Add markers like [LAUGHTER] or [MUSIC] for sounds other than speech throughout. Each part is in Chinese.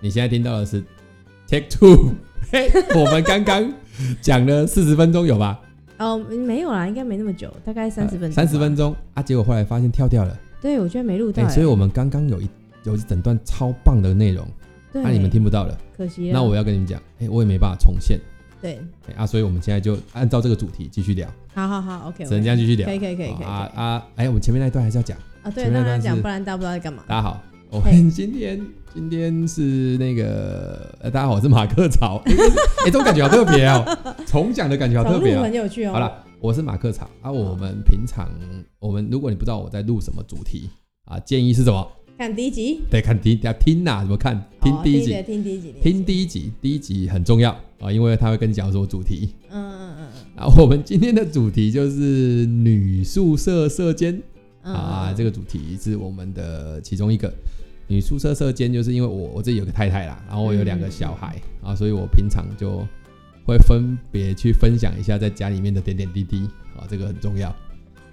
你现在听到的是 Take Two。嘿，我们刚刚讲了四十分钟有吧？哦，没有啦，应该没那么久，大概三十分钟。三十分。钟啊，结果后来发现跳掉了。对，我觉得没录到哎、欸。所以我们刚刚有一有一整段超棒的内容，啊对，那、你们听不到了。可惜了。那我要跟你们讲，哎、我也没办法重现。对，哎啊，所以我们现在就按照这个主题继续聊，好好好，OK，只能这样继续聊欸可。以可以可以可以啊啊！哎，我们前面那一段还是要讲。啊！对，前面那让段他讲，是啊不然大家不知道在干嘛。大家好，我嘿们今天今天是那个，呃，大家好，我是马克草。哎、这种感觉好特别哦， [LAUGHS] 重讲的感觉好特重别录哦很。有趣哦。好，了，我是马克草啊。我们平常，我们如果你不知道我在录什么主题啊，建议是什么？ [LAUGHS] 看第一集，得看第一，要听呐、怎么看？听哦第一集，听第一集，听第一集，第一集很重要啊，因为他会跟你讲说主题。嗯嗯嗯嗯啊，我们今天的主题就是女宿舍舍监嗯啊，嗯这个主题是我们的其中一个。女宿舍舍监就是因为我我自己有个太太啦，然后我有两个小嗯孩、啊，所以我平常就会分别去分享一下在家里面的点点滴滴啊，这个很重要。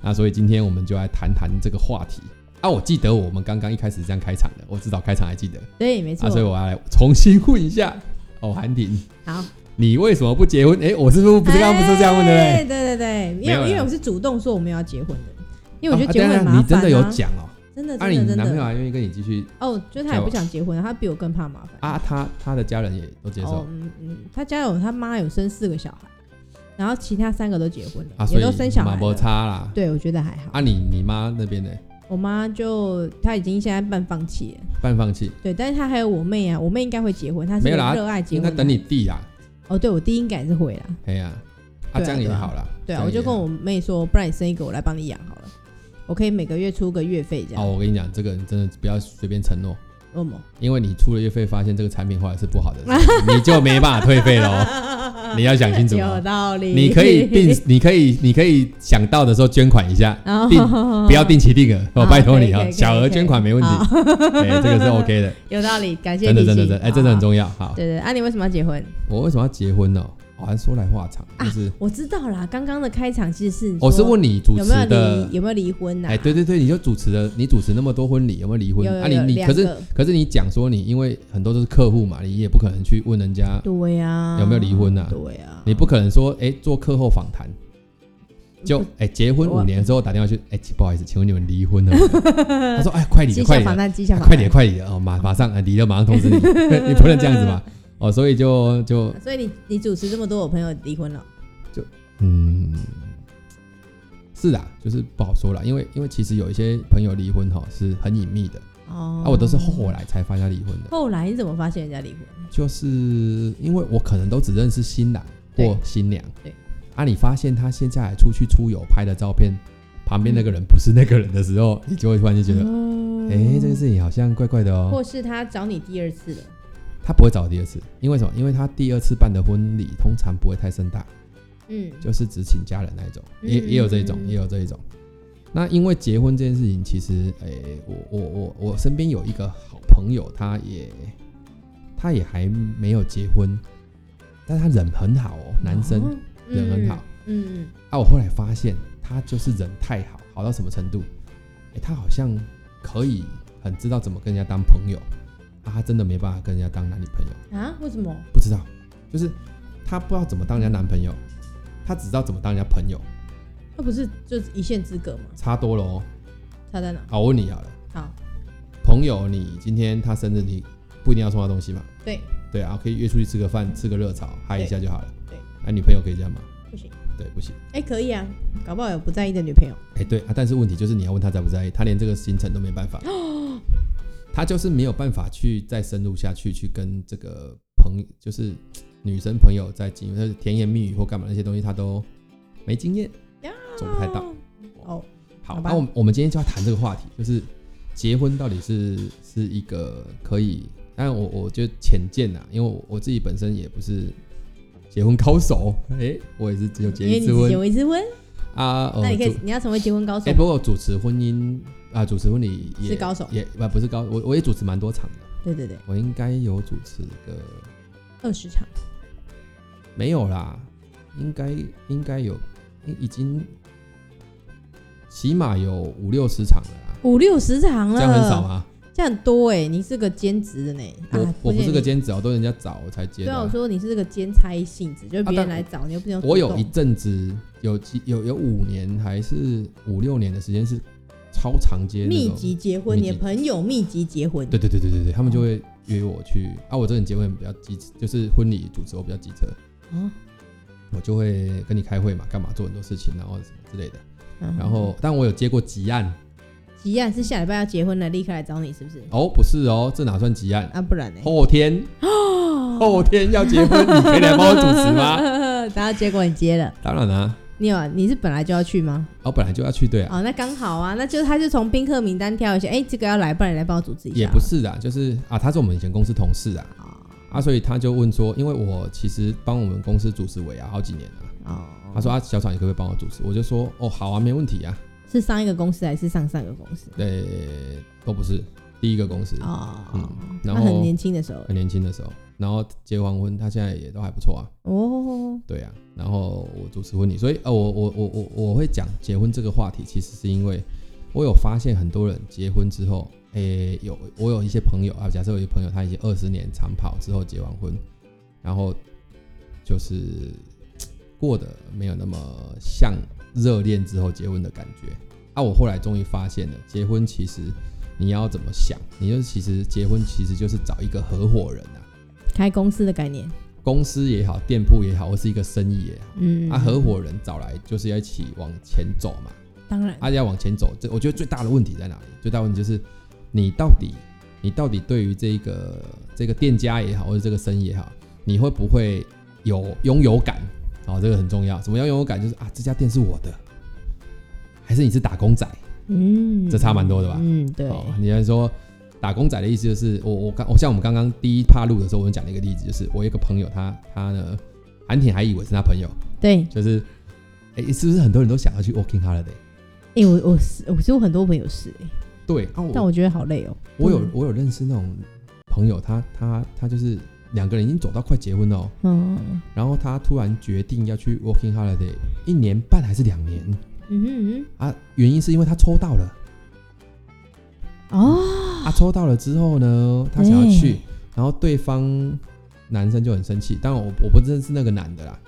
那所以今天我们就来谈谈这个话题。啊，我记得我们刚刚一开始这样开场的，我至少开场还记得对，没错啊，。所以我要来重新问一下哦，韩婷，好，你为什么不结婚？哎、我是不是不是刚刚不是这样问的嘞？哎对对对，因没有啦为因为我是主动说我们要结婚的，因为我觉啊得结婚啊很等一下麻烦啊。你真的有讲哦？真的啊，真你的真男朋友的。还愿意跟你继续哦，就是他也不想结婚，他比我更怕麻烦。啊？他他的家人也都接受、哦，嗯嗯，他家有他妈有生四个小孩，然后其他三个都结婚了，啊，所也以都生小孩嘛没了。差啦。对，我觉得还好。啊你，你妈那边呢？我妈就她已经现在半放弃了，半放弃，对，但是她还有我妹啊，我妹应该会结婚，她是没有啦个热爱结应该婚的。等你弟啦。哦，对我弟应该也是会啦，哎呀、啊，对啊这样也好啦。这对啊，样我也就跟好我妹说，不然你生一个，我来帮你养好了，我可以每个月出个月费这样。哦，我跟你讲，这个你真的不要随便承诺，哦么？因为你出了月费，发现这个产品后来是不好的， [LAUGHS] 你就没办法退费喽。你要想清楚有哦，道理。你可 [LAUGHS] 以定，你可以，你可以想到的时候捐款一下，然后定不要定期定额，我嗯啊拜托你可以可啊，以小可额以捐款没问题，好哎，这个是 OK 的。有道理，感 [LAUGHS] 谢真的提真的醒真的，哎，真的很。好好重要。好，对对，啊，你为什么要结婚？我为什么要结婚呢？好像说来话长，啊就是我知道啦，刚刚的开场其实是你我是说问你主有持没有的离，有没有离婚呐？哎，对对对，你就主持的，你主持那么多婚礼，有没有离婚有有？啊，你有你两可是个可是你讲说你因为很多都是客户嘛，你也不可能去问人家，对呀，有没有离婚啊对呀，你不可能说哎做课后访谈，就哎结婚我五年之后打电话去，哎不好意思，请问你们离婚 [LAUGHS] 了没有？他说哎快绩点效快点防，弹，绩效啊防快点弹。快点哦，马马上啊离了马上通知你， [LAUGHS] 你不能这样子嘛。哦，所以就就所以你你主持这么多，我朋友离婚了，嗯，是啦，就是不好说啦，因为因为其实有一些朋友离婚哈是很隐秘的，哦，啊，我都是后来才发现他离婚的，后来你怎么发现人家离婚？就是因为我可能都只认识新郎或对新娘，对，啊，你发现他现在还出去出游拍的照片，旁边那个人不是那个人的时候，嗯你就会突然就觉得，哦哎、这个事情好像怪怪的哦，或是他找你第二次了，他不会找第二次，因为什么？因为他第二次办的婚礼通常不会太盛大，嗯，就是只请家人那一种，也嗯也有这一种，嗯也有这一种。那因为结婚这件事情，其实，诶、我我我我身边有一个好朋友，他也他也还没有结婚，但他人很好哦，男生、哦人很好，嗯，啊，我后来发现他就是人太好，好到什么程度？哎、他好像可以很知道怎么跟人家当朋友，啊，他真的没办法跟人家当男女朋友。嗯啊，为什么？不知道，就是他不知道怎么当人家男朋友，他只知道怎么当人家朋友，那不是就是一线之隔吗？差多了哦。差在哪？好，我问你好了，好，朋友，你今天他生日，你不一定要送他东西嘛？对，对啊，可以约出去吃个饭，吃个热炒，嗨一下就好了。对，那、女朋友可以这样吗？不行，对，不行。哎，可以啊，搞不好有不在意的女朋友，哎、对啊，但是问题就是你要问他在不在意，他连这个行程都没 [GASPS] 办法，他就是没有办法去再深入下去，去跟这个朋就是女生朋友在经营，就是甜言蜜语或干嘛那些东西，他都没经验呀，做不太到。哦，好，好吧那我们我们今天就要谈这个话题，就是结婚到底是是一个可以，当然我我觉得浅见呐、因为我我自己本身也不是结婚高手， [LAUGHS] 哎、我也是只有结因为一你次只结婚婚一次婚，啊，呃那你可以主你要成为结婚高手哎、不过主持婚姻啊，主持婚礼也是高手也不不是高，我我也主持蛮多场的，对对对，我应该有主持个二十场，没有啦，应该应该有，已经起码有五六十场了啦，五六十场了，这样很少？吗？啊这样很多哎、你是个兼职的呢。我啊我不是个你兼职哦，都人家找我才接对的啊，啊、我说你是个兼差性质，就是别啊但人来找你又不用主动。我有一阵子有几有有五年还是五六年的时间是超常接那密种，集结婚，密你集的朋友密集结婚，对对对对对对，他们就哦会约我去啊。我这人结婚比较机，就是婚礼主持我比较机车，啊，我就会跟你开会嘛，干嘛做很多事情，然后什么之类的。嗯然后，但我有接过急案吉安啊是下礼拜要结婚了，立刻来找你是不是？哦，不是哦，这哪算急案？啊，不 [LAUGHS] 然呢？后 [LAUGHS] 天哦，后天要结婚，你可以来帮我主持 [LAUGHS] 吗？ [LAUGHS] 吗？然后结果你接了，当然啦、你有啊？你是本来就要去吗？我、本来就要去对啊，哦，那刚好啊，那就他就从宾客名单挑一下，哎、这个要来，不然你来帮我组织一下。也不是的，就是啊，他是我们以前公司同事啊，哦啊，所以他就问说，因为我其实帮我们公司主持尾牙好几年了、哦，他说啊，小厂你可不可以帮我主持？我就说哦，好啊，没问题啊。是上一个公司还是上上个公司？对，都不是第一个公司，哦，嗯他然后哎很年轻的时候很年轻的时候，然后结完婚，他现在也都还不错啊，哦，对啊。然后我主持婚礼，所以呃，我我我我我会讲结婚这个话题，其实是因为我有发现很多人结婚之后，诶，有我有一些朋友啊，假设有一些朋友他已经二十年长跑之后结完婚，然后就是嘖过得没有那么像热恋之后结婚的感觉。啊，我后来终于发现了，结婚其实你要怎么想，你就是其实结婚其实就是找一个合伙人啊。开公司的概念，公司也好，店铺也好，或是一个生意也好，嗯，啊，合伙人找来就是要一起往前走嘛，当然，啊，要往前走，这我觉得最大的问题在哪里？最大的问题就是你到底，你到底对于这个这个店家也好，或者这个生意也好，你会不会有拥有感？哦，这个很重要。什么叫拥有感？就是啊，这家店是我的，还是你是打工仔？嗯，这差蛮多的吧嗯，对，哦，你还说打工仔的意思就是，我我刚我像我们刚刚第一趴录的时候，我们讲了一个例子，就是我有一个朋友他，他呢，韩挺还以为是他朋友，对，就是，哎、是不是很多人都想要去 working holiday？哎、我我是，我其实我很多朋友是、哎对，啊、但我我觉得好累哦、我有嗯我有认识那种朋友，他他他就是两个人已经走到快结婚了、哦，嗯然后他突然决定要去 working holiday，一年半还是两年嗯哼啊？原因是因为他抽到了。嗯哼，哦，啊，抽到了之后呢，他想要去哎，然后对方男生就很生气。当然我我不认识那个男的啦，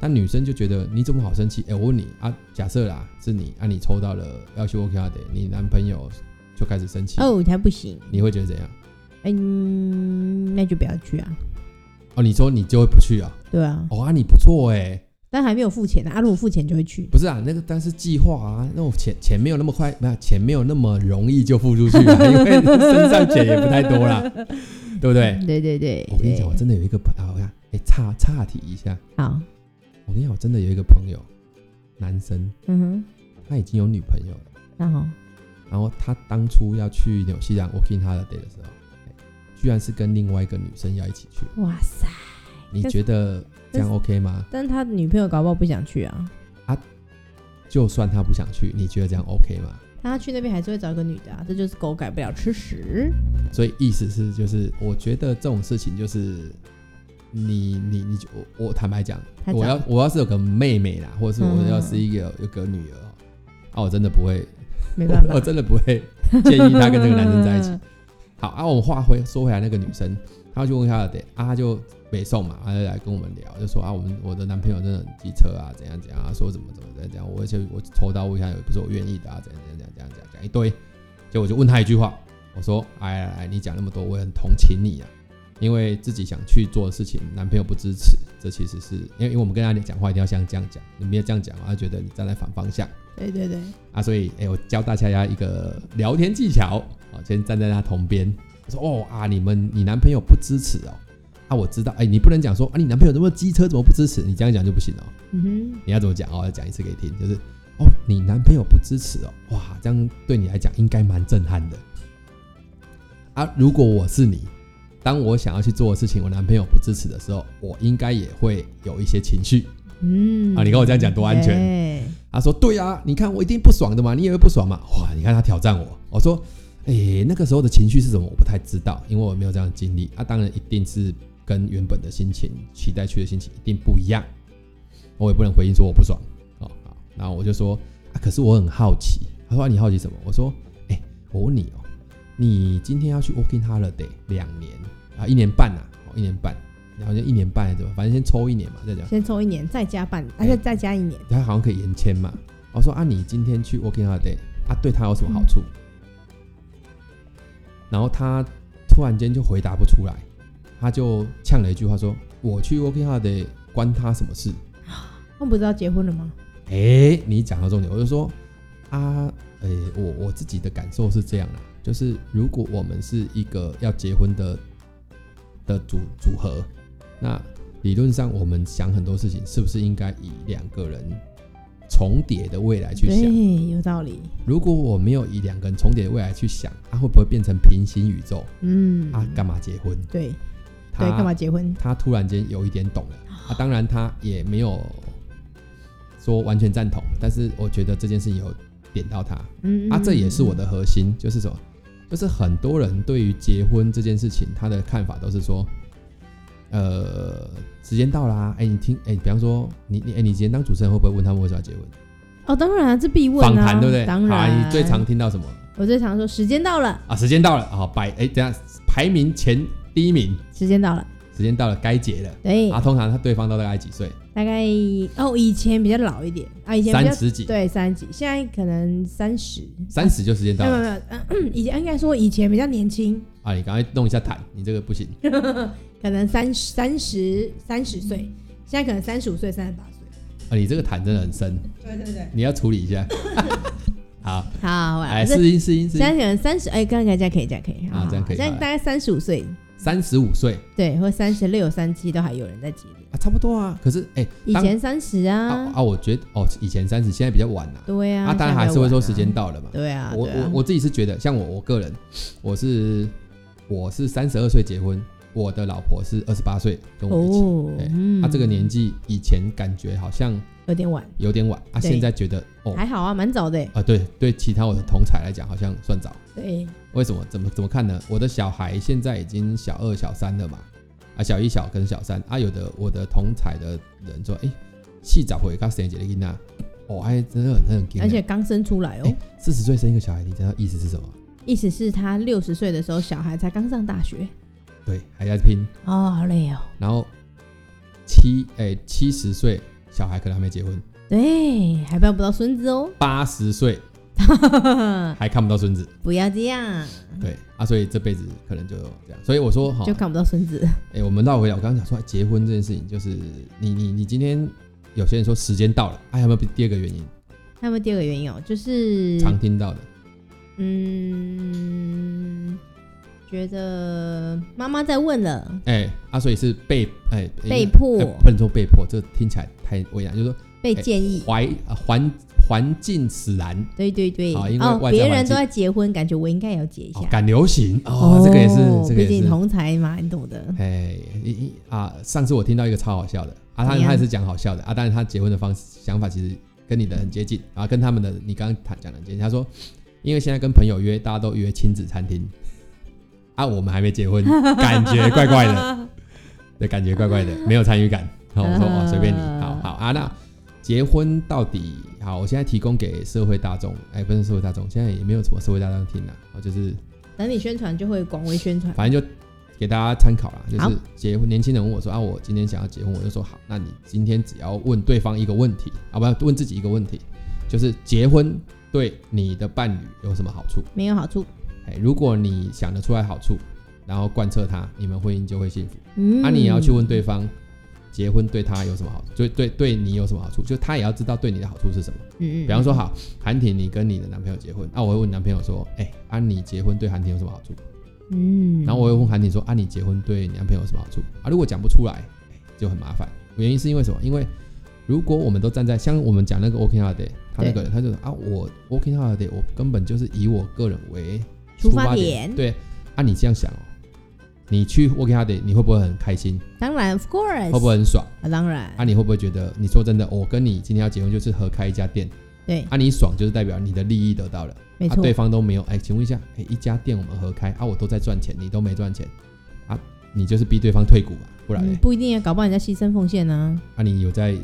但女生就觉得你怎么好生气？哎、我问你啊，假设啦是你啊，你抽到了要去 OK 啊的，你男朋友就开始生气，哦，他不行，哎你会觉得怎样？嗯，那就不要去啊，哦，你说你就会不去啊？对啊，哦啊，你不错哎、但还没有付钱啊，啊如果付钱就会去，不是啊，那个但是计划啊，那种钱钱没有那么快，没有钱没有那么容易就付出去 [LAUGHS] 啊，因为身上钱也不太多啦，对不对？对对对，我跟你讲，对我真的有一个朋友，我看，哎，岔岔题一下，好，我跟你讲，我真的有一个朋友，男生，嗯哼，他已经有女朋友了，然后然后他当初要去纽西兰 working holiday 的时候，哎居然是跟另外一个女生要一起去，哇塞，你但是觉得这样 OK 吗？但是他的女朋友搞不好不想去啊，就算他不想去，你觉得这样 OK 吗？他去那边还是会找一个女的啊，这就是狗改不了吃屎。所以意思是，就是我觉得这种事情就是。你你你就我我坦白讲，他嗯找我要我要是有个妹妹啦，或者是我要是一个有个女儿哦，啊，我真的不会没办 [LAUGHS] 法，嗯我真的不会建议他跟这个男生在一起。好啊，我们话回说回来，那个女生，她就问她的，啊，她就北宋嘛，她就来跟我们聊，就说啊，我们我的男朋友真的很机车啊，怎样怎样啊，说怎么怎么怎样怎样，我而且我抽到我想也不是我愿意的啊，怎样怎样怎样怎样讲一堆，结果我就问她一句话，我说，哎来来，你讲那么多，我也很同情你啊。因为自己想去做的事情，男朋友不支持，这其实是因为因为我们跟他讲话一定要像这样讲，你没有这样讲，他觉得你站在反方向。对对对，啊，所以哎、我教大家一个聊天技巧啊，先站在他同边，我说哦啊，你们你男朋友不支持哦，啊，我知道，哎、你不能讲说啊，你男朋友这么机车，怎么不支持？你这样讲就不行哦，嗯你要怎么讲哦？要讲一次给你听，就是哦，你男朋友不支持哦，哇，这样对你来讲应该蛮震撼的啊。如果我是你，当我想要去做的事情，我男朋友不支持的时候，我应该也会有一些情绪。哼，嗯啊你看我这样讲多安全全，他说：“对啊，你看我一定不爽的嘛，你也会不爽嘛。”哇，你看他挑战我，我说：“诶，那个时候的情绪是什么？我不太知道，因为我没有这样的经历。啊，当然一定是跟原本的心情、期待去的心情一定不一样。哦我也不能回应说我不爽。哦，好，哎然后我就说：啊，可是我很好奇。他说、啊你好奇什么？我说：诶，我问你哦，你今天要去 working holiday 两年啊，一年半呐、哦一年半，好像一年半还是怎么，反正先抽一年嘛，再讲。先抽一年，再加半，而哎且再加一年，他好像可以延签嘛。我说啊，你今天去 working holiday 啊，对他有什么好处？然后他突然间就回答不出来，他就呛了一句话说：“我去 working holiday 关他什么事他们不知道结婚了吗？？”哎，你讲到重点，我就说啊，哎，我我自己的感受是这样啦，就是如果我们是一个要结婚的的组组合，那理论上我们想很多事情，是不是应该以两个人重叠的未来去想？对，有道理。如果我没有以两个人重叠的未来去想，啊，会不会变成平行宇宙？嗯，啊，干嘛结婚？对他对，干嘛？结婚？他突然间有一点懂了啊，当然他也没有说完全赞同，但是我觉得这件事情有点到他嗯啊，这也是我的核心，就是什么？就是很多人对于结婚这件事情，他的看法都是说，呃，时间到啦、哎、你听，哎、比方说你你哎、你今天当主持人会不会问他们为什么要结婚？哦，当然这必问访啊，谈对不对？当好啊然，你最常听到什么？我最常说时间到了，啊，时间到了啊，百哎，等一下排名前第一名，时间到了，时间到了该结了。对，啊，通常他对方都大概几岁？大概哦，以前比较老一点啊，以前比三较十几，对三级，现在可能三十，三十就时间没到有没了有没有，嗯以前应该说以前比较年轻， [LAUGHS] 啊！你赶快弄一下毯，你这个不行。可能三十三十三十岁，现在可能三十五岁、三十八岁。啊，你这个毯真的很深，对对对，你要处理一 [LAUGHS] 下。好，好，哎，这试音试音试现在音，可能三十，哎，刚刚这样可以，这样可以，啊好这样可以好现好在大概三十五岁，三十五岁对，或三十六、三七都还有人在结的。啊，差不多啊。可是哎，以当前三十啊啊，啊，我觉得哦，以前三十，现在比较晚啦。对啊，啊，当然还是会说时间到了嘛。现在比较晚啊。对啊，我对我啊我自己是觉得，像我我个人，我是我是三十二岁结婚，我的老婆是二十八岁跟我一起。哦对，啊嗯她、这个年纪以前感觉好像有点晚，有点晚，啊，对现在觉得哦啊、还好啊，蛮早的。对对，其他我的同才来讲好像算早。对，为什么？怎么怎么看呢？我的小孩现在已经小二、小三了嘛，啊，小一、小跟小三啊，有的我的同才的人说，哎，细找回刚生一个囡仔，哦，哎，真的很很惊而且人。刚生出来哦哎，，四十岁生一个小孩，你知道意思是什么？意思是他六十岁的时候，小孩才刚上大学。对，还在拼。哦，好累哦。然后七哎七十岁小孩可能还没结婚，对，还抱不到孙子哦， [LAUGHS] 八十岁还看不到孙子，不要这样，对啊，所以这辈子可能就这样。所以我说哈就，看不到孙子。哎、我们绕回来，我刚刚讲说结婚这件事情，就是你你你今天有些人说时间到了，哎、还有没有第二个原因？那么第二个原因哦，就是常听到的，嗯，觉得妈妈在问了，哎、啊，所以是被哎、哎被迫哎不能说被迫，这听起来太为难，就是说被建议。怀啊环环境使然，对对对，哎好因为哦，外在别环人境都在结婚，感觉我应该也要结一下哦，。赶流行哦这个也是，这个毕也竟是。同才嘛，你懂的。哎，一一啊，上次我听到一个超好笑的啊，他怎样他也是讲好笑的啊，但是他结婚的方式想法其实跟你的很接近啊，跟他们的你刚刚谈讲的很接近。他说，因为现在跟朋友约，大家都约亲子餐厅， [LAUGHS] 啊，我们还没结婚，感觉怪怪的， [LAUGHS] 对，感觉怪怪的，没有参与感。然后我啊说哦，随便你，好好啊，那结婚到底好？我现在提供给社会大众，哎，不是社会大众，现在也没有什么社会大众听啦、啊，就是等你宣传就会广为宣传。反正就给大家参考啦。就好是结婚，年轻人问我说啊，我今天想要结婚，我就说好，那你今天只要问对方一个问题，啊，不，问自己一个问题，就是结婚对你的伴侣有什么好处？没有好处。哎，如果你想得出来好处，然后贯彻它，你们婚姻就会幸福。嗯，啊，你也要去问对方，结婚对他有什么好处？对对对你有什么好处？就他也要知道对你的好处是什么。嗯，嗯比方说，，好，韩婷，你跟你的男朋友结婚，啊，我会问男朋友说，哎、啊，你结婚对韩婷有什么好处？嗯，然后我会问韩婷说：“啊，你结婚对你男朋友有什么好处？”啊，如果讲不出来，就很麻烦。原因是因为什么？因为如果我们都站在像我们讲那个 working holiday，他那个人他就说啊，我 working holiday，我根本就是以我个人为出发发点。点对，啊，你这样想哦，你去 working holiday，你会不会很开心？当然，of course，会不会很爽？啊？当然，啊，你会不会觉得？你说真的，我跟你今天要结婚就是合开一家店，对，啊，你爽就是代表你的利益得到了。没啊，错对，方都没有。哎，请问一下，哎，一家店我们合开啊，我都在赚钱，你都没赚钱啊，你就是逼对方退股嘛，不然嗯嘞、不一定啊，搞不好人家牺牲奉献呢。啊，你有在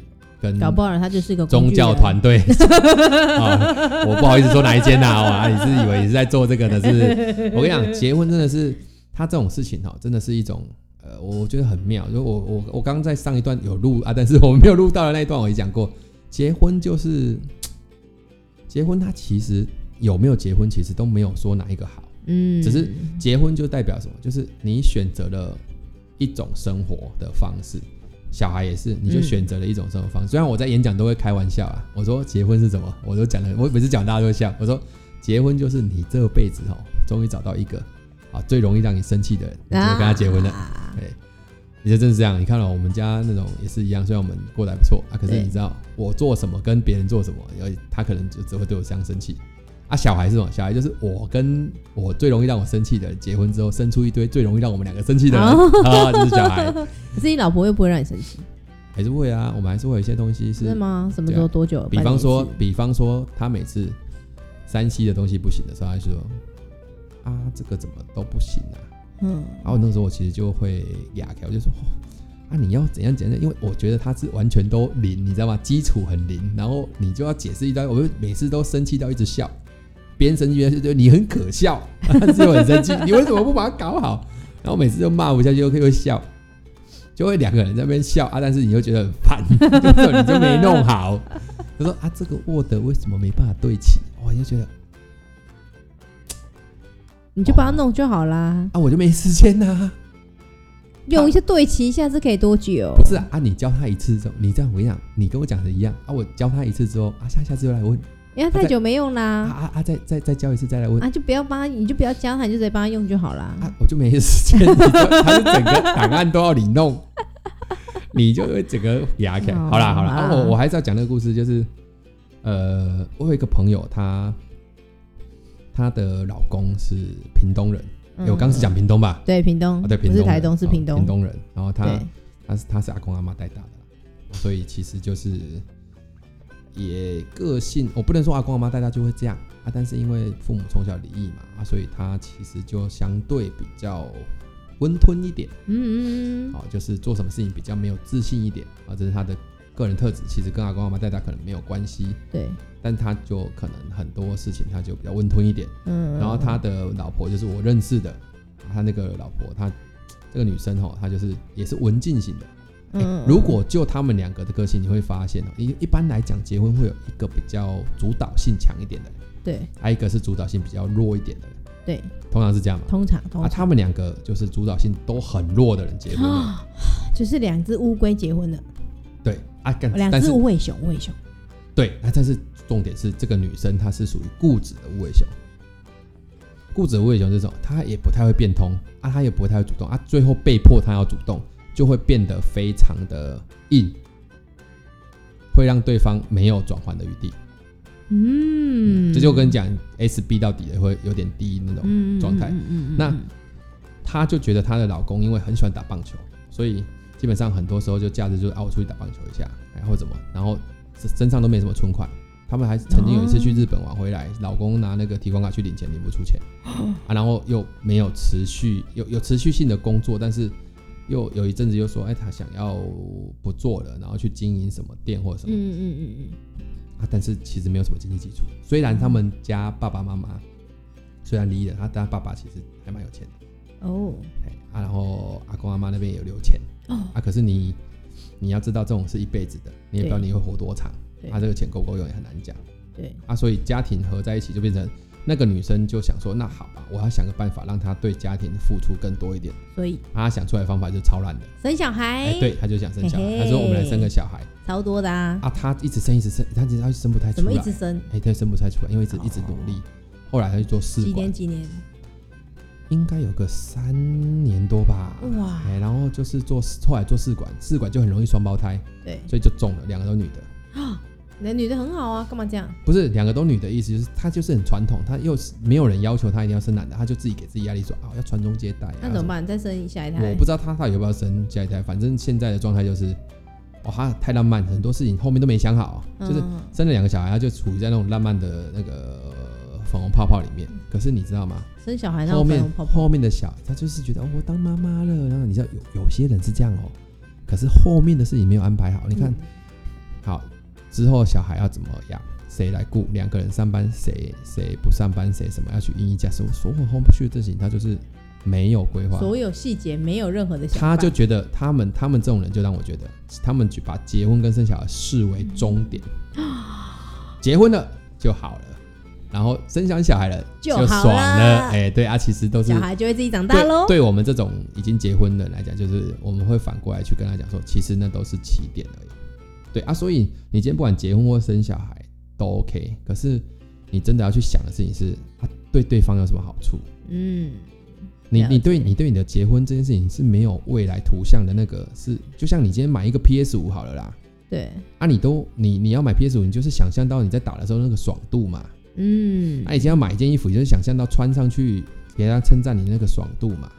跟搞不好他就是一个工宗具人啊教团队。 [LAUGHS] 啊，我不好意思说哪一间呐、啊，哇，你是以为你是在做这个的，是不是？我跟你 [LAUGHS] 讲，结婚真的是他这种事情哦哈，真的是一种呃，我觉得很妙。就我我我刚刚在上一段有录啊，但是我们没有录到的那一段，我也讲过，结婚就是嘖结婚，它其实有没有结婚，其实都没有说哪一个好。嗯，只是结婚就代表什么？就是你选择了一种生活的方式。小孩也是，你就嗯选择了一种生活方式。虽然我在演讲都会开玩笑啊，我说结婚是什么，我都讲了，我每次讲大家都会笑。我说结婚就是你这辈子哦，终于找到一个啊最容易让你生气的人，你就跟他结婚了。啊对，你这真是这样。你看了、我们家那种也是一样，虽然我们过得还不错啊，可是对你知道我做什么跟别人做什么，然后他可能就只会对我这样生气。啊，小孩是什么？小孩就是我跟我最容易让我生气的人结婚之后，生出一堆最容易让我们两个生气的人、啊，这是小孩，可是你老婆又不会让你生气，还是会啊，我们还是会有一些东西是是，吗？什么对啊时候多久？比半年方一次说，比方说他每次山西的东西不行的时候，他就说啊，这个怎么都不行啊，嗯，然后那时候我其实就会哑开，我就说、哦、啊，你要怎样怎样，因为我觉得他是完全都零，你知道吗？基础很零，然后你就要解释一堆，我就每次都生气到一直笑，别人生气就觉得你很可笑，但是我很生气，你为什么不把它搞好？然后每次就骂不下去，又又笑。就会两个人在那边笑啊，但是你又觉得很烦，就是你就没弄好。他说啊，这个 Word 为什么没办法对齐？我就觉得你就帮他弄就好啦，啊，我就没时间呐、用一些对齐，下次可以多久？不是啊，啊你教他一次之后，你这样我跟你讲，你跟我讲的一样啊，我教他一次之后啊，下下次又来问因为他太久没用啊啦，啊啊，再再再教一次再来问啊啊啊，就不要帮他，你就不要教他，你就直接帮他用就好啦。我就没时间，你知道他是整个档案都要你弄， [LAUGHS] 你就会整个牙起来。哦好啦好啦，好啦啊、我我还是要讲那个故事，就是呃，我有一个朋友，她她的老公是屏东人，诶哎我刚刚是讲屏东吧？对屏东啊，，对，屏嗯东不是人台东，是哦屏屏东。东人，然后他对，他是他是阿公阿妈带大的啦，所以其实就是也个性，我不能说阿公阿妈带大就会这样啊，但是因为父母从小离异嘛，啊，所以他其实就相对比较温吞一点，嗯嗯嗯，啊，就是做什么事情比较没有自信一点啊，这是他的个人特质，其实跟阿公阿妈带大可能没有关系，对，但他就可能很多事情他就比较温吞一点。嗯。然后他的老婆就是我认识的，啊他那个老婆，她这个女生哦，她就是也是文静型的。嗯，嗯哎如果就他们两个的个性，你会发现哦，一一般来讲，结婚会有一个比较主导性强一点的人，对还有一个是主导性比较弱一点的人，对，通常是这样嘛。通常通啊，常他们两个就是主导性都很弱的人结婚了，啊啊就是两只乌龟结婚了，对啊，干哦两但只是无尾熊，无尾熊。对，那但是重点是这个女生她是属于固执的无尾熊。固执的无尾熊是什么？她也不太会变通啊，她也不太会主动啊，最后被迫她要主动，就会变得非常的硬，会让对方没有转换的余地。嗯，这就跟讲 S B 到底的会有点低那种。嗯状态嗯嗯嗯嗯那嗯她就觉得她的老公因为很喜欢打棒球，所以基本上很多时候就假日就是啊，我出去打棒球一下，哎然后怎么，然后身身上都没什么存款。他们还曾经有一次去日本玩回来，老公拿那个提款卡去领钱，领不出钱哦啊，然后又没有持续有有持续性的工作，但是又有一阵子又说，哎，他想要不做了，然后去经营什么店或者什么、嗯嗯嗯嗯啊，但是其实没有什么经济基础。虽然他们家爸爸妈妈虽然离异了，他但他爸爸其实还蛮有钱的。嗯，哦哎啊，然后阿公阿妈那边也有留钱哦，啊，可是你你要知道，这种是一辈子的，你也不知道对你会活多长，对啊，这个钱够不够用也很难讲对，啊，所以家庭合在一起就变成那个女生就想说，那好吧，我要想个办法让她对家庭付出更多一点，所以啊，她想出来的方法就是超烂的，生小孩哎，对，她就想生小嘿孩，嘿她说我们来生个小孩超多的啊，啊，她一直生一直生，她其实她生不太怎出么一来，直生？哎，她生不太出来，因为一直一直努力，后来她去做试哦几管年，几年？应该有个三年多吧，哇，哎，然后就是做后来做试管，试管就很容易双胞胎，对， [GASPS] 所以就中了，两个都女的。你的女的很好啊，干嘛这样？不是两个都女的意思，就是她就是很传统，她又是没有人要求她一定要生男的，她就自己给自己压力说啊、要传宗接代、啊。那怎么办？再生下一要什么？胎我？不知道她到底要不要生下一胎，反正现在的状态就是，哦，她太浪漫，很多事情后面都没想好，就是嗯生了两个小孩，她就处于在那种浪漫的那个粉红泡泡里面。可是你知道吗？生小孩，然后后面泡泡后面的小，他就是觉得、哦、我当妈妈了，然后你知道有有些人是这样哦，可是后面的事情没有安排好。你看，好，之后小孩要怎么养，谁来顾，两个人上班谁谁不上班，谁什么要去应一家，所所有后续的事情，他就是没有规划，所有细节没有任何的想法，他就觉得他们他们这种人就让我觉得，他们就把结婚跟生小孩视为终点，结婚了就好了，然后生小小孩了就好爽了，了哎、对啊，其实都是小孩就会自己长大对喽。对我们这种已经结婚的人来讲，就是我们会反过来去跟他讲说，其实那都是起点而已。对啊，所以你今天不管结婚或生小孩都 OK，可是你真的要去想的事情是，啊，对对方有什么好处？嗯，你了解你对你对你的结婚这件事情是没有未来图像的那个是，就像你今天买一个 PS 五好了啦，对，啊你都你你要买 PS 五，你就是想象到你在打的时候那个爽度嘛，嗯那、，以前要买一件衣服，你就是想象到穿上去，给人家称赞你那个爽度嘛。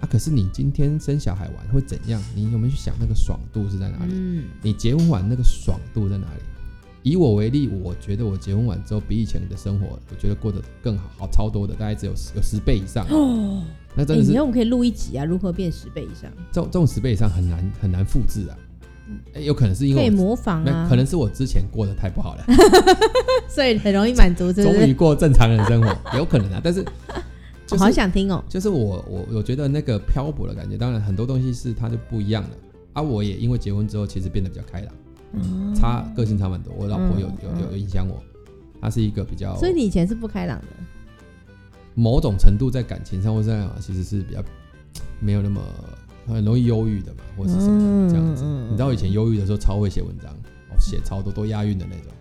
啊，可是你今天生小孩玩会怎样？你有没有去想那个爽度是在哪里？嗯，你结婚完那个爽度在哪里？以我为例，我觉得我结婚完之后，比以前的生活，我觉得过得更好，好超多的，大概只有十有十倍以上。哦，那哎，真的是你看我们可以录一集啊，如何变十倍以上？这种这种十倍以上很难很难复制啊。哎有可能是因嗯可以为我模仿那啊，可能是我之前过得太不好了， [LAUGHS] 所以很容易满足，是不终是？于过正常人生活，有可能啊。但 [LAUGHS] 是我就是好想听哦。就是我我我觉得那个漂泊的感觉，当然很多东西是它就不一样了啊。我也因为结婚之后，其实变得比较开朗，哦差个性差蛮多。我老婆有嗯有有有影响我，她是一个比较，所以你以前是不开朗的，某种程度在感情上或者其实是比较没有那么很容易忧郁的嘛，或是什么。嗯这样子。嗯你知道我以前忧郁的时候超会写文章，哦，写超多都押韵的那种，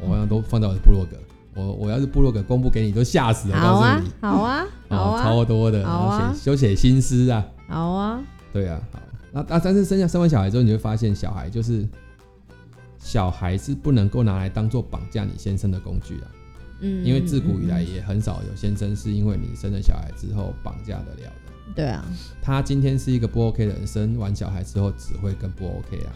我好像都放在我的部落格。我我要是部落格公布给你，都吓死了，我好告啊诉你，，好 [LAUGHS] 啊，好哦，啊，超多的，然好啊后写修写新诗啊，好啊，对啊，好，那啊，但是生下生完小孩之后，你会发现小孩就是小孩是不能够拿来当做绑架你先生的工具啊，嗯，因为自古以来嗯，也很少有先生是因为你生了小孩之后绑架得了的。嗯对啊，他今天是一个不 OK 的人，生完小孩之后只会更不 OK 啊。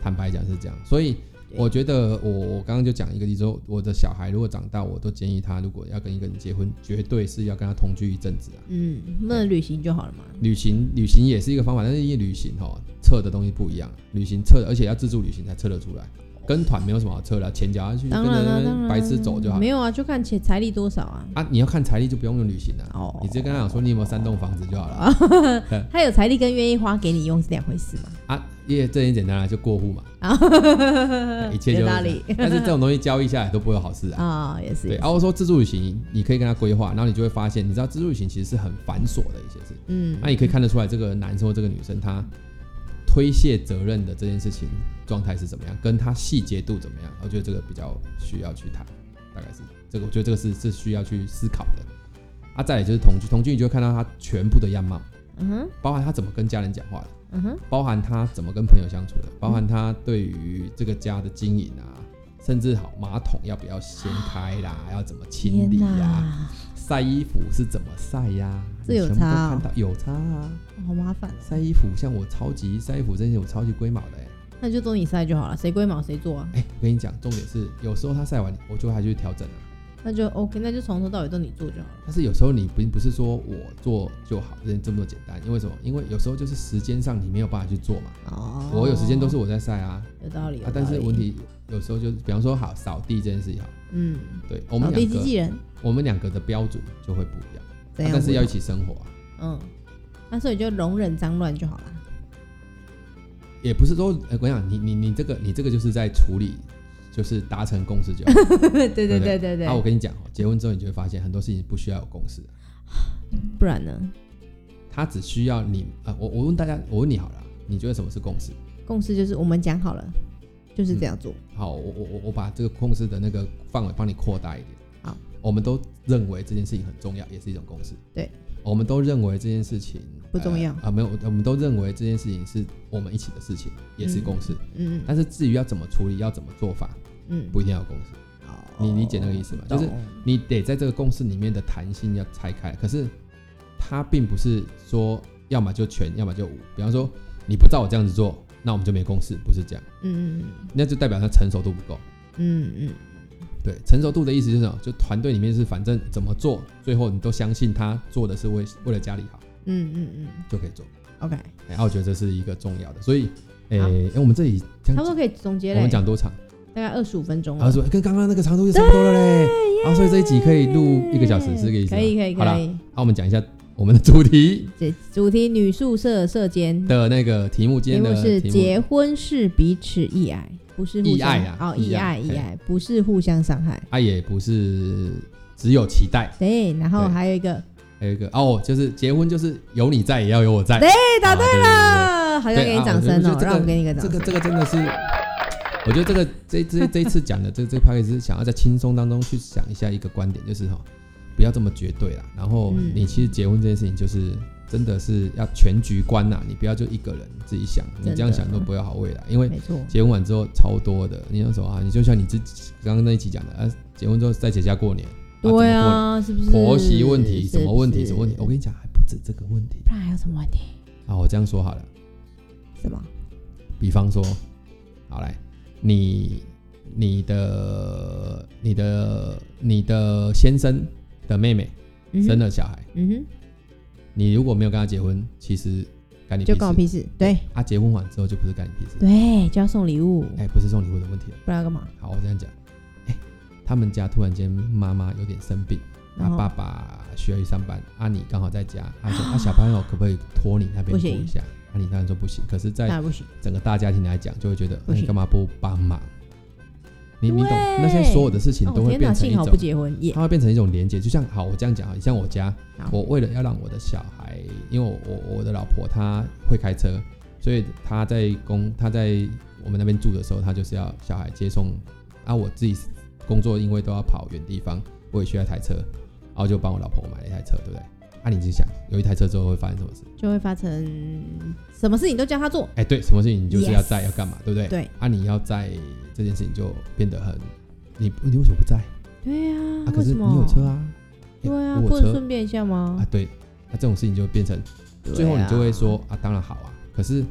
坦白讲是这样，所以对我觉得我我刚刚就讲一个例子，说我的小孩如果长大，我都建议他如果要跟一个人结婚，绝对是要跟他同居一阵子啊。嗯，那旅行就好了嘛，旅行旅行也是一个方法，但是因为旅行哈、哦测的东西不一样，旅行测的而且要自助旅行才测得出来，跟团没有什么好测的啊，钱脚下去跟当然着了，那当然边啦白痴走就好了没有啊，就看钱财力多少啊。啊。你要看财力就不用用旅行了、哦你直接跟他讲说你有没有三栋房子就好了啊他有财力跟愿意花给你用是两回事嘛。啊，因为这很简单啊，就过户嘛， [LAUGHS] 一切就嗯有是道这理样 [LAUGHS] 但是这种东西交易下来都不会有好事啊。啊，也是对，也是然、啊、后说自助旅行，你可以跟他规划，然后你就会发现，你知道自助旅行其实是很繁琐的一些事情。嗯那、，你可以看得出来，这个男生或这个女生他推卸责任的这件事情状态是怎么样，跟他细节度怎么样，我觉得这个比较需要去谈，大概是这个，我觉得这个是是需要去思考的。啊，再来就是同居，同居你就会看到他全部的样貌，嗯哼，包含他怎么跟家人讲话的，嗯哼，包含他怎么跟朋友相处的，包含他对于这个家的经营啊，甚至好马桶要不要掀开啦，要怎么清理啊啊天呀、哪，晒衣服是怎么晒呀、这你有全部都差哦看到有差啊。好麻烦，晒衣服，像我超级晒衣服这件事我超级龟毛的哎、那就都你晒就好了，谁龟毛谁做啊，哎、我跟你讲，重点是有时候他晒完，我就还去调整啊。那就 OK，那就从头到尾都你做就好了。但是有时候你并不是说我做就好，这这么简单，因为什么？因为有时候就是时间上你没有办法去做嘛。哦，我有时间都是我在晒啊，有道理，有啊，但是道理问，题有时候就是，比方说好扫地这件事情好，嗯，对我扫们地两机器个人我们两个的标准就会不一样，啊怎样？但是要一起生活啊，嗯，那所以就容忍脏乱就好了。也不是说，呃、我想你你你这个你这个就是在处理，就是达成共识就好。对对 [LAUGHS] 对对对 [LAUGHS] 对对，啊，我跟你讲哦，结婚之后你就会发现很多事情不需要有共识，不然呢？他只需要你啊、我我问大家，我问你好了，你觉得什么是共识？共识就是我们讲好了，就是这样做。好，我我我我把这个共识的那个范围帮你扩大一点。好，我们都认为这件事情很重要，也是一种共识。对，我们都认为这件事情不重要呃啊，没有，我们都认为这件事情是我们一起的事情，也是共识。嗯但是至于要怎么处理，要怎么做法，嗯，不一定要有共识。哦你理解那个意思吗就是懂你得在这个共识里面的弹性要拆开。可是它并不是说要么就全，要么就无。比方说你不照我这样子做，那我们就没共识，不是这样，嗯嗯那就代表他成熟度不够。嗯嗯对，成熟度的意思就是什么？就团队里面是反正怎么做，最后你都相信他做的是为为了家里好，嗯嗯嗯就可以做。 ，OK，哎，啊我觉得这是一个重要的，所以。哎、哎我们这里这差样不多可以总结我嘞们，讲多长？大概二十五分钟然后了。说、哎跟刚刚那个长度就差不多了嘞。啊，所以这一集可以录一个小时，是这个意思吗？可以可以好啦可以。那、我们讲一下我们的主题这主题女宿舍射箭，的那个题目，今题天的目是题目结婚是彼此意爱，不是互意爱相啊哦意意爱爱意嘿爱，不是互相伤害。它也不是只有期待，对，哎然后对还有一个，还有一个哦，就是结婚就是有你在，也要有我在。对答对啊，好像对给你啊掌我觉声得哦这，个让我给你一个掌这声个。这个真的是，我觉得这个这这这一次讲的这这 p a 是想要在轻松当中去想一下一个观点，就是哈、不要这么绝对啦。然后嗯你其实结婚这件事情，就是真的是要全局观呐、你不要就一个人自己想，你真的这样想都不要好未来，因为没错，结婚完之后超多的。你那时候啊，你就像你自己刚刚那一期讲的，啊，结婚之后在姐家过年，怎对么啊，是不是过年婆媳问题什么问题什么问题，我你跟你讲还不止这个问题不然还有什么问题？啊。我这样说好了。什么？比方说，好来，你你的你的你的先生的妹妹嗯哼生，了小孩，嗯你如果没有跟他结婚，其实干你屁哼，就事关我屁事。对啊，结婚完之后就不是干你屁事。对，就要送礼物，哎、不是送礼物的问题了。不然要干嘛？好，我这样讲，哎、他们家突然间妈妈有点生病，然啊，后爸爸需要去上班，啊，你刚好在 [SIGHS] 家，啊，说啊，小朋友可不可以托你那边不顾行一下？啊，你当然说不行，可是，在当然不行，整个大家庭来讲，就会觉得不那你行干嘛不帮忙？你你懂对那些所有的事情哦都会天哪，变成一幸好种不，结婚耶。它会变成一种连接。就像好，我这样讲啊，像我家，好我为了要让我的小孩，因为我我我的老婆她会开车，所以她在公她在我们那边住的时候，她就是要小孩接送啊。我自己工作因为都要跑远地方，我也需要一台车，然后就帮我老婆买了一台车，对不对？啊，你自己想，有一台车之后会发生什么事？就会发成什么事情都叫他做，哎，对，什么事情你就是要 Yes 在要干嘛，对不对？对啊，你要在这件事情就变得很，你你为什么不在啊？对啊，可为是什你么？有车啊，哎对啊，我不有车能顺便一下吗？啊，对，那、这种事情就变成对啊最后你就会说啊，当然好啊，可是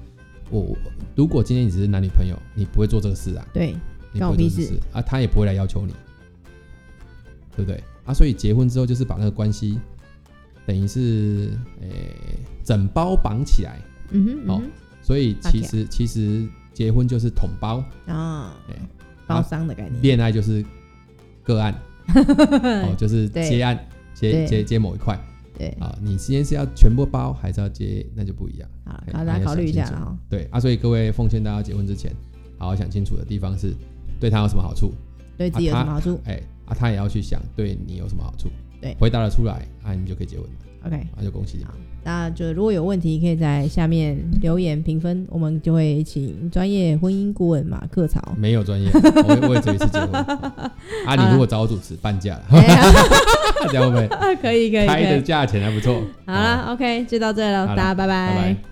我我如果今天你只是男女朋友，你不会做这个事啊，对，你干不我会做屁这个事事啊，他也不会来要求你，对不对？啊，所以结婚之后就是把那个关系等于是诶、整包绑起来，嗯哼，嗯好哼所以绑其起来实其实结婚就是统包，啊哎，包商的概念，恋爱就是个案， [LAUGHS] 哦，就是对接案接对接接某一块对，啊。你今天是要全部包，还是要接，那就不一样。好了哎，好大家考虑一下还要想清楚了哈。对啊，所以各位奉劝大家结婚之前，好好想清楚的地方是对他有什么好处，对自己有什么好处哎啊，他也要去想对你有什么好处。对回答得出来啊，你们就可以结婚了， ？OK，啊，就恭喜你们好。那就如果有问题，可以在下面留言评分，我们就会请专业婚姻顾问马克 [LAUGHS] 曹。没有专业，我也我也只有一次结 [LAUGHS] 婚啊。你如果找我主持，半价了， [LAUGHS] 哎呀这样会不会？哎 [LAUGHS] 可以可以可开的以，价钱还不错。好，了，OK，就到这了，好啦大家拜拜拜。